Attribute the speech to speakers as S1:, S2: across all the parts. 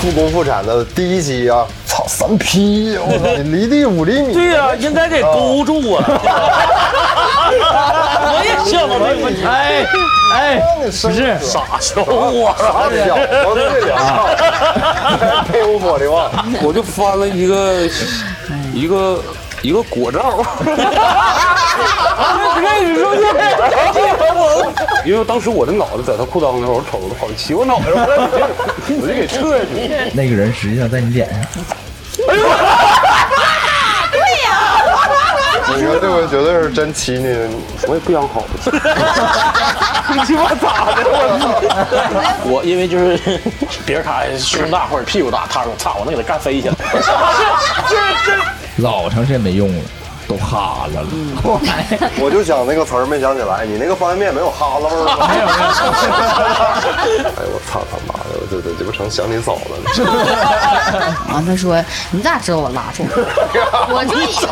S1: 复工复产的第一期啊，操三批，我操，离地五厘米，啊
S2: 对呀、应该给勾住啊！我也想过这个问题，
S3: 哎哎，
S1: 不
S3: 不是
S2: 咋笑我了？
S1: 啊，小王这俩， 佩服哎我的吧？
S4: 我就翻了一
S2: 哎
S4: 个一个一个 果照， 因为当时我的脑袋在他裤裆那块儿，我瞅着好骑我脑袋上，我就给撤下去了。
S5: 那个人实际上在你脸上。
S1: 你说这回绝对是真骑你，
S4: 我也不想好，你鸡巴咋的？
S2: 我因为就是 别人他胸大或者屁股大，他说操，我能给他干飞去了。
S5: 老长时间没用了，都哈了
S4: 嗯
S5: 了。
S1: 我就想那个词儿没想起来，你那个方便面没有哈喇味儿吗？ 没有没有。哎呦我操他妈的，我这这这不成想你嫂子了？
S6: 然后啊他说：“你咋知道我 拉出来了？”我就以为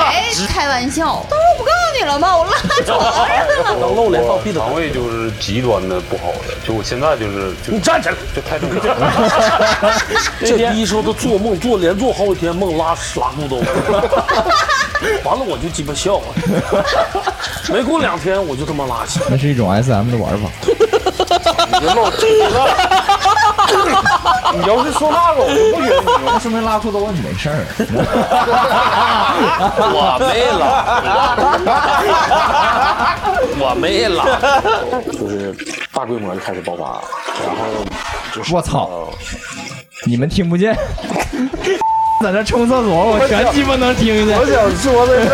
S6: 开玩笑，但是我不告诉你了吗？我拉出来了。
S2: 能露脸放屁的
S4: 肠胃就是极端的不好的，就我现在就是就
S2: 你站起来！
S4: 就太正常了。
S2: 这逼说他做梦做连做好几天梦拉屎拉 裤兜，完了我就鸡巴笑啊！没过两天我就他妈拉稀，
S5: 那是一种 S M 的玩法。
S4: 你要是说那个，我就不允许。
S5: 那说明拉裤兜你没事儿。
S2: 我没 拉，我没拉，
S4: 就是大规模的开始爆发，
S5: 我操！你们听 不见？在那冲厕所，我全鸡巴能听见。
S1: 我想说的是，